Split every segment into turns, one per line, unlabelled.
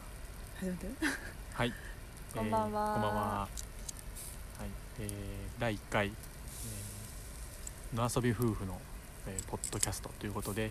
待って待って
はい。
こんばんは
えーこんばんは。はい、えー第1回、えー、野遊び夫婦の、えーポッドキャストということで、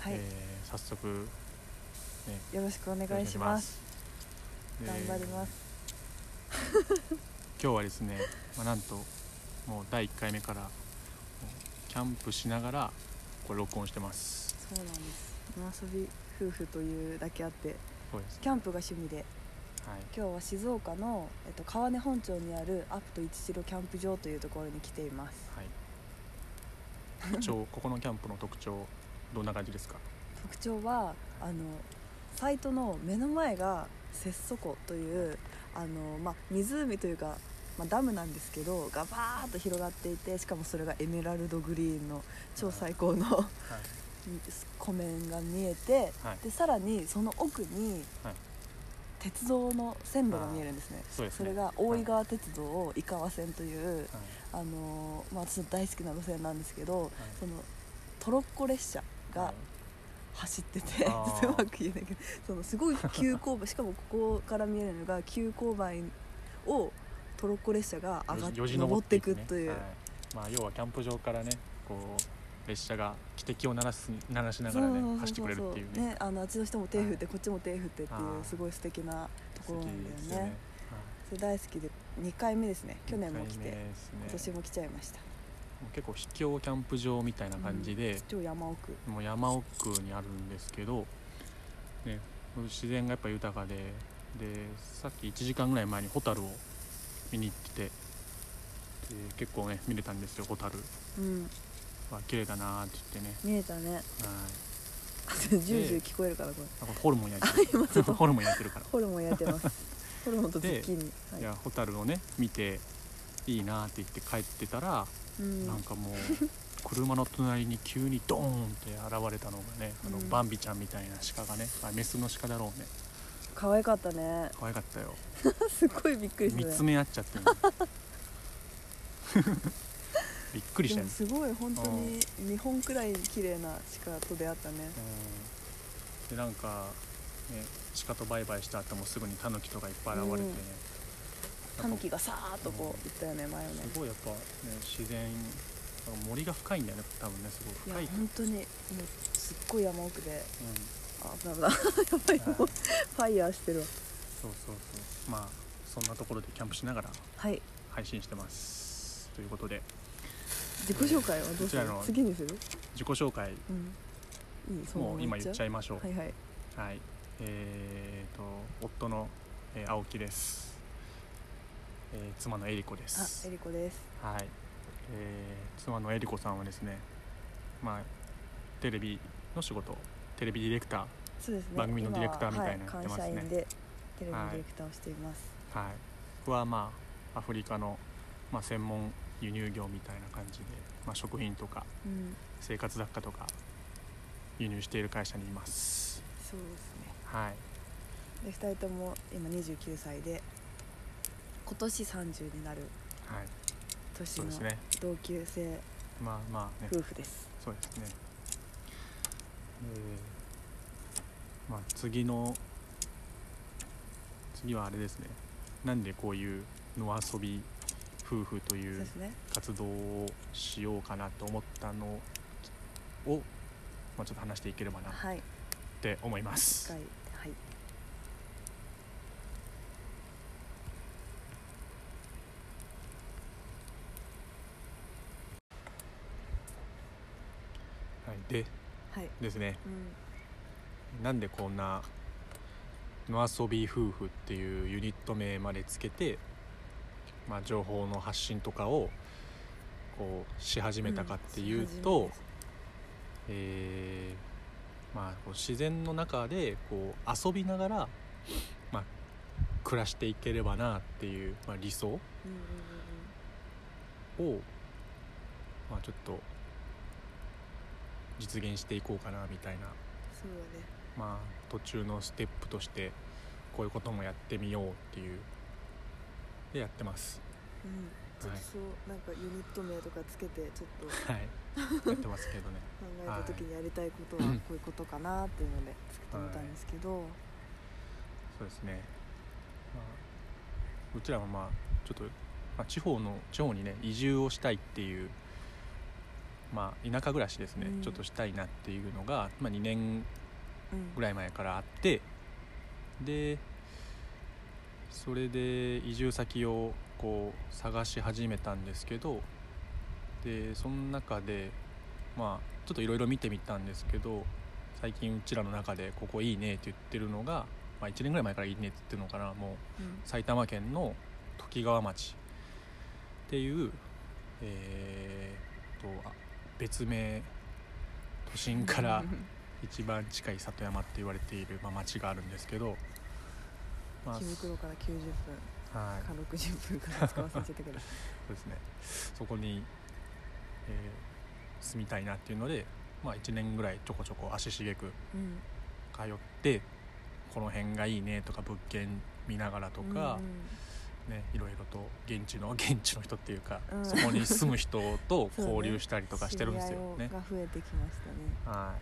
はい、
えー早速よ
よろしくお願
ろく
いします。
お願
頑
いし
張りますす
えー今日はですね、 まあ、なんともう第1回目からもうキャンプしながらこれ録音してます。
そうなんです野遊び夫婦というだけあって
そうです。
キャンプが趣味で
はい。
今日は静岡の、えっと、川根本町にあるアップと一城キャンプ場というところに来ています
はい。特徴、ここのキャンプの特徴どんな感じですか。
特徴はあのサイトの目の前が節祖湖というあの、まあ、湖というか、まあ、ダムなんですけどがバーッと広がっていてしかもそれがエメラルドグリーンの超最高 の
はい。
湖面が見えて
はい。
でさらにその奥に
はい
鉄道の線路が見えるんですね。
そうです
そ
ね。
れが大井川鉄道を井川線という、
はい。
あのまあ、私の大好きな路線なんですけど、
はい
そのトロッコ列車が、
はい
走っててちょ
あー
っとうまく言えないけどそのすごい急勾 配しかもここから見えるのが急勾配をトロッコ列車が上がって
よじ
登っていく
ね
という、
はいまあ、要はキャンプ場からねこう列車が汽笛を鳴らす鳴らしな
そ
が
うそ
ら
う
ね
そう
走ってくれるっていうね
ねあのあっちの人も手振って、
はい
こっちも手振ってってい
あ
う
ー
すごい素敵なところなんだよ
素敵です
ねそれ大好きで2回目ですね去年も来
はい二回
て
目ですね
今年も来ちゃいました
もう結構秘境キャンプ場みたいな感じで、
超山奥
もう山奥にあるんですけど、ね、自然がやっぱ豊かででさっき1時間ぐらい前にホタルを見に行っててで結構ね見れたんですよホタル
うん
は綺麗だなーって言ってね
見えたね
はい
ジュージュー聞こえるからこれ
なんかホルモン焼いてる
ちょっと
ホルモン焼いてるから
ホルモン焼いてます ホルモンとズッキーニはい
いやホタルをね見ていいなって言って帰ってたら、
うん
なんかも う車の隣に急にドーンって現れたのがねあの、
うん
バンビちゃんみたいな鹿がねあメスの鹿だろうね
可愛かったね
可愛かったよ
すごいびっくりしたね
見つめ合っちゃってね びっくりし
で
た
も
よね
すごい本当に日本くらい綺麗な鹿と出会ったね
うんでなんか、ね、鹿とバイバイした後もすぐにタヌキとかいっぱい現れてね、
タ
な
ヌ
んか
キがさーっとこう行ったよね前をね
すごいやっぱ、ね、自然森が深いんだよね多分ねす
い
ごい
や
深い
本当にもうすっごい山奥で
うん
あ危ない危ないやばい
はい
もうファイヤーしてるわ
そうそうそうまあそんなところでキャンプしながら
はい
配信してますということで
自己紹介はどうする
こちらの
次にする
自己紹介
うんいいそのま
も
ま
う今言っちゃいましょう
はいはい
はい、えー、と夫の、えー青木です、えー妻のえりこで
あ
す
えりこです
はい、えー妻のえりこさんはですねまあテレビの仕事テレビディレクター
そうですね
番組のディレクターみたいな
今は
や
は
ってますね
会社員でテレビのディレクターをしています
はい、僕はまあアフリカの、まあ、専門輸入業みたいな感じで、まあ、食品とか
うん
生活雑貨とか輸入している会社にいます
そうですね
はい
で2人とも今29歳で今年30になる
はい
年
そう
の
ですね
同級生
まあまあね
夫婦です、
そうですねえーまあ次の次はあれですねなんでこういう野遊び夫婦とい
そう
う
ですね
活動をしようかなと思ったのを、まあ、ちょっと話していければなっ
はい
て思いま
一
す
回はい
はい、で
はい
ですね
うん
なんでこんな野遊び夫婦っていうユニット名までつけて、まあ、情報の発信とかをこうし始めたかっていうと、
うん
えーまあ、こう自然の中でこう遊びながら、まあ、暮らしていければなっていう、まあ、理想を、
うんうん
まあ、ちょっと実現していこうかなみたいな
そうだね
まあ、途中のステップとしてこういうこともやってみようっていうでやってます
うんちょっとそう、なんかユニット名とかつけてちょっと考
はい やってますけどね
えた時にやりたいことはこういうことかなっていうので作ってみたんですけど、
そうですね、まあ、うちらはまあちょっと、まあ、地方の地方にね移住をしたいっていうまあ田舎暮らしですね、
うん
ちょっとしたいなっていうのが、まあ、2年
うん
ぐらい前からあってでそれで移住先をこう探し始めたんですけどでその中でまあちょっといろいろ見てみたんですけど最近うちらの中でここいいねって言ってるのが、まあ、1年ぐらい前からいいねって言ってるのかなもう
うん
埼玉県のときがわ町っていうえーっとあ別名都心から一番近い里山って言われている、まあ、町があるんですけど、まあ、
池袋から90分
はい
か60分から使わせちゃったけど
そうですねそこに、えー住みたいなっていうので、まあ、1年ぐらいちょこちょこ足しげく
うん
通ってこの辺がいいねとか物件見ながらとか、ね、いろいろと現地の 現地の人っていうか、
うん
そこに住む人と
そうね
交流したりとかしてるんですよ
知り合
ね
いが増えてきましたね
は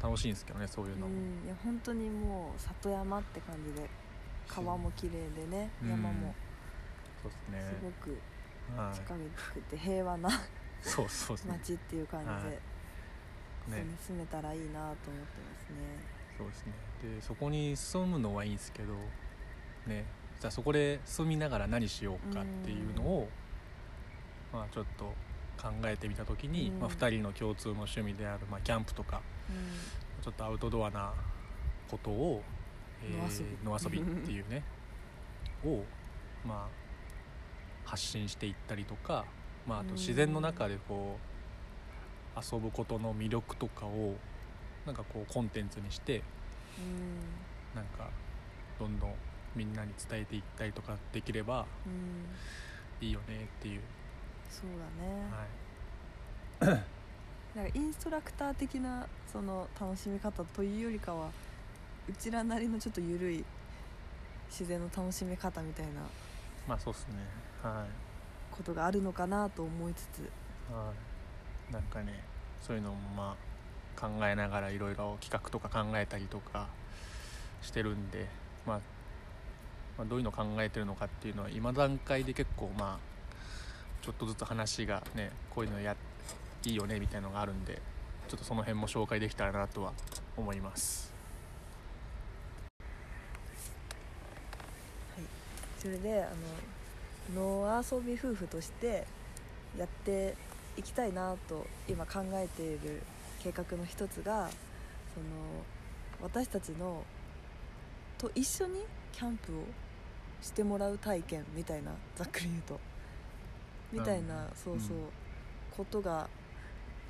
い楽しいんですけどねそういう
う
のも、
んいや本当にもう里山って感じで川も綺麗でね
うん
山も
そうです
す
ね
ごく
はい
近くて平 和な
そうそうですね
街っていう感じでそこ
ね
に住めたらいいなと思ってますね
そうですねでそこに住むのはいいんですけどねじゃあそこで住みながら何しようかっていうのをまあちょっと考えてみた時に、
うん
まあ、2人の共通の趣味である、まあ、キャンプとかちょっとアウトドアなことを、
野
野
遊
遊
び
びっていうねを、まあ、発信していったりとか、まあ、あ
うん
と自然の中でこう遊ぶことの魅力とかをなんかこうコンテンツにして
う
なんかどんどんみんなに伝えていったりとかできれば
んうんうん
いいよねっていう、
そうだね
はい、
なんかインストラクター的なその楽しみ方というよりかはうちらなりのちょっと緩い自然の楽しみ方みたいな
まあそうっすねは
ことがあるのかなと思いつつ
い、はい、なんかねそういうのもまあ考えながらいろいろ企画とか考えたりとかしてるんで、まあ、まあどういうの考えてるのかっていうのは今段階で結構まあちょっとずつ話がねこういうのやいいよねみたいのがあるんでちょっとその辺も紹介できたらなとは思います。
それであの野遊び夫婦としてやっていきたいなと今考えている計画の一つがその私たちのと一緒にキャンプをしてもらう体験みたいなざっくり言うとみたいな
なるほ
そ
ど
うそう、
うん
ことが、
うん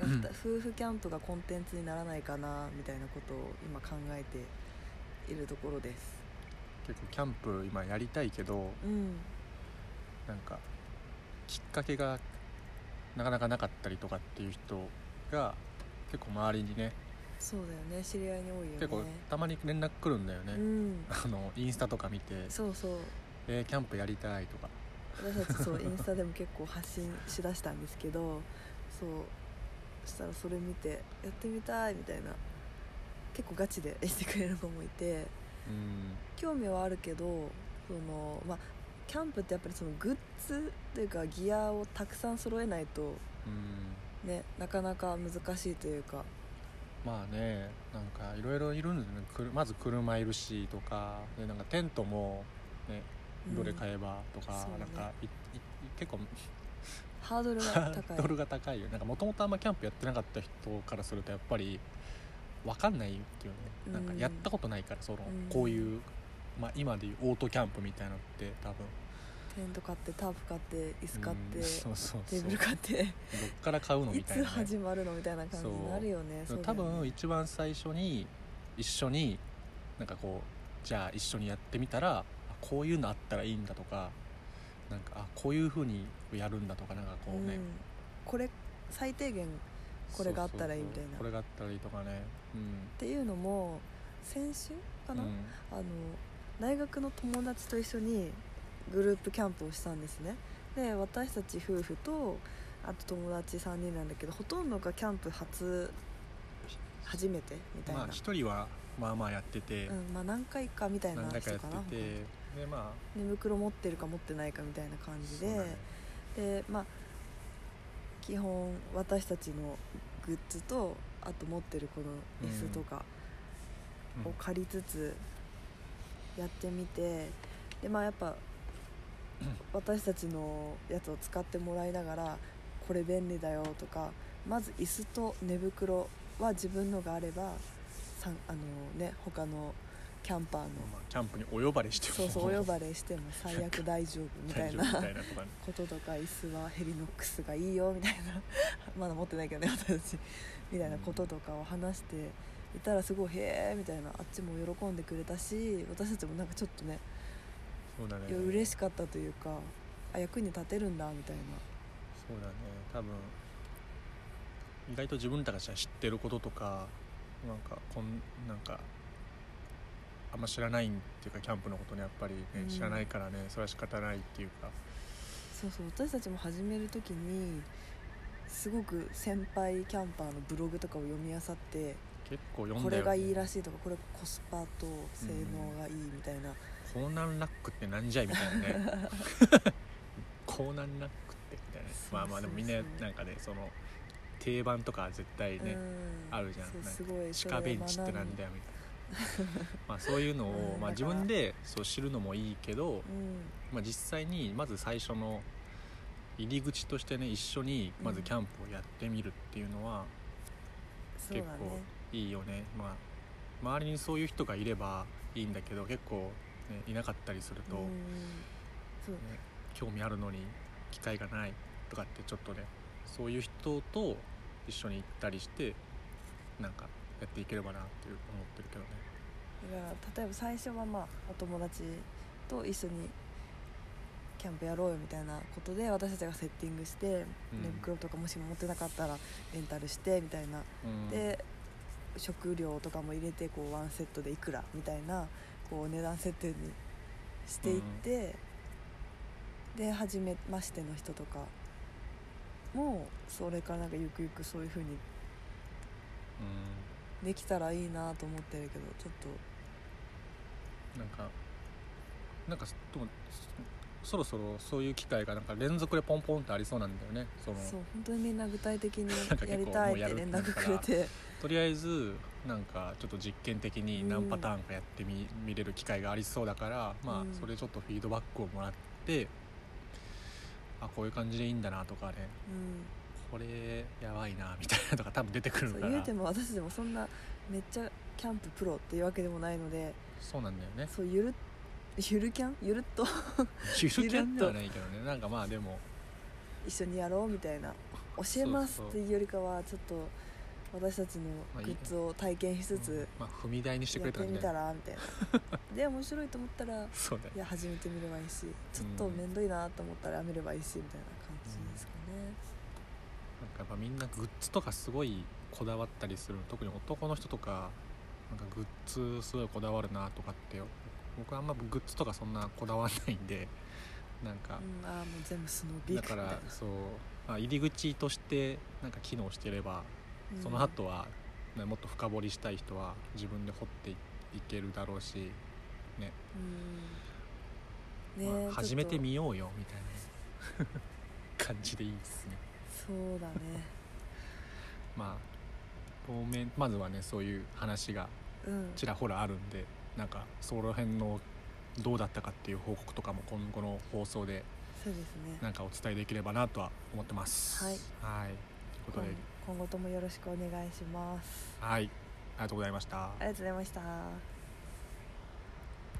夫婦キャンプがコンテンツにならないかなみたいなことを今考えているところです。
結構キャンプ今やりたいけど
うん
なんかきっかけがなかなかなかったりとかっていう人が結構周りにね
そうだよね知り合いに多いよね
結構たまに連絡来るんだよね、
うん
あのインスタとか見て
そうそう
「えーキャンプやりたい」とか
私たちそうインスタでも結構発信しだしたんですけどそうそしたらそれ見てやってみたいみたいな結構ガチでしてくれる子もいて
うん
興味はあるけどそのまあキャンプってやっぱりそのグッズというかギアをたくさん揃えないと
うん
ねなかなか難しいというか
まあねなんかいろいろいるんですねくるまず車いるしとかでなんかテントも、ね、
うん
どれ買えばとか、
そうね
なんかいい結構
ハードル
ハ
が高い
ードルが高いよなんかもともとあんまキャンプやってなかった人からするとやっぱりわかんないっていうねなんか
うん
やったことないからその
うん
こういう、まあ、今でいうオートキャンプみたいなのって多分
テント買ってタープ買って椅子買っ
うん
て
そうそう
テ
そう
ーブル
どっ
買って
から買うの
い
みたい
つ
なね、
始まるのみたいな感じになるよねそうだ
多
よね
分一番最初に一緒になんかこうじゃあ一緒にやってみたらあこういうのあったらいいんだとかなんかあこういうふうにやるんだとかなんかこうね、
うん、これ最低限っこれがあったらいいみたいな
そうそうそうこれがあったらいいとかねうん
ていうのも先週かな、
うん
あの大学の友達と一緒にグループキャンプをしたんですねで私たち夫婦とあと友達3人なんだけどほとんどがキャンプ初初めてみたいな、
まあ一人はまあまあやってて、
うんまあ、何回かみたいな
何
人
回
か
か
な
やって
本当
て
に
でまあ
寝袋持ってるか持ってないかみたいな感じ
そう
で
だね
でまあ基本私たちのグッズとあと持ってるこの椅子とか
うん
を借りつつやってみてでまあやっ ぱ私たちのやつを使ってもらいながらこれ便利だよとかまず椅子と寝袋は自分のがあればさんあのね他のキャンパーの
まあキャンプにお呼ばれしても
そう そうお呼ばれしても最悪大丈夫みたいな
大丈夫みたいなとかね
こととか椅子はヘリノックスがいいよみたいな まだ持ってないけどね私たちみたいなこととかを話していたらすごい「へえ」みたいなあっちも喜んでくれたし私たちもなんかちょっとね
そうだね
いや嬉しかったというかあ役に立てるんだみたいな
そうだね多分意外と自分たちが知ってることとかなんかこんなんかあんま知らないっていうかキャンプのことねやっぱりね、
うん
知らないからねそれは仕方ないっていうか
そうそう私たちも始める時にすごく先輩キャンパーのブログとかを読み漁って
結構読んだよ、ね、
これがいいらしいとかこれコスパと性能がいいみたいな
コーナンラックってなんじゃいみたいな ねコーナンラックってみたいなね
そう
まあまあでもみんな
そうそう
なんかねその定番とか絶対ね、
うん
あるじゃん
そう
なんか
すごいそれ
鹿ベンチってなんだよみたいなまあそういうの を、
うん
まあ、
だか
自
ら
分でそう知るのもいいけど、
うん
まあ、実際にまず最初の入り口としてね一緒にまずキャンプをやってみるっていうのは
そう
結
だ
構
ね
いいよねまあ周りにそういう人がいればいいんだけど結構、ね、いなかったりすると、
うん
ね、
そう
興味あるのに機会がないとかってちょっとねそういう人と一緒に行ったりしてなんかやっていければなっていう思ってるけどね。
だから例えば最初はまあお友達と一緒にキャンプやろうよみたいなことで私たちがセッティングして
うん
寝袋とかもし持ってなかったらレンタルしてみたいな、
うん
で食料とかも入れてこうワンセットでいくらみたいなこう値段設定にしていって、で初めましての人とかもそれからなんかゆくゆくそういう風に
う
できたらいいなと思ってるけどちょっと
んなんかなんかでもそそろそろそういう機会がなんか連続でポンポンってありそうなんだよねその
そう本当にみんな具体的に
か結構
やりたいっ
もうや
て
る
連絡くれて
とりあえずなんかちょっと実験的に何パターンかやってみ、見れる機会がありそうだからまあ
うん
それちょっとフィードバックをもらって、あこういう感じでいいんだなとかね
う
これやばいなみたいなとか多分出てく
ん
る
そ
か
う
ら
言うても私でもそんなめっちゃキャンププロっていうわけでもないので
そうなんだよね
そうゆるゆるキャンゆるっと
ゆるキャンではないけどねなんかまあでも
一緒にやろうみたいな教えます
そう
っ
そ
て
う
いうよりかはちょっと私たちの
まあいい
グッズを体験しつ
う
つ
んまあ踏み台にしてく
やっ
れた
て
らいいん
み
じゃ
た
ない
らみたいな で面白いと思ったら
そうだよ
いや始めてみればいいしちょっと
うん
面倒いなと思ったらやめればいいしみたいな感じですかね
なんかやっぱみんなグッズとかすごいこだわったりする特に男の人とかなんかグッズすごいこだわるなとかって僕あんまグッズとかそんなこだわらないんでなんか、
うんああもう全部スノーピー
だ
クみた
か
いな
らそう、まあ、入り口としてなんか機能してれば、
うん
その後は、ね、もっと深掘りしたい人は自分で掘っていけるだろうし、
うんねえ
まあ、始めて
ちょっ
みようよみたいな 感じでいいですね。
とそうだね
まあ当面まずはねそういう話が
うん
ちらほらあるんでなんかその辺のどうだったかっていう報告とかも今後の放送で
そうですね
なんかお伝えできればなとは思ってます
はい
はいということ
今
で、
今後ともよろしくお願いします
はいありがとうございました
ありがとうございました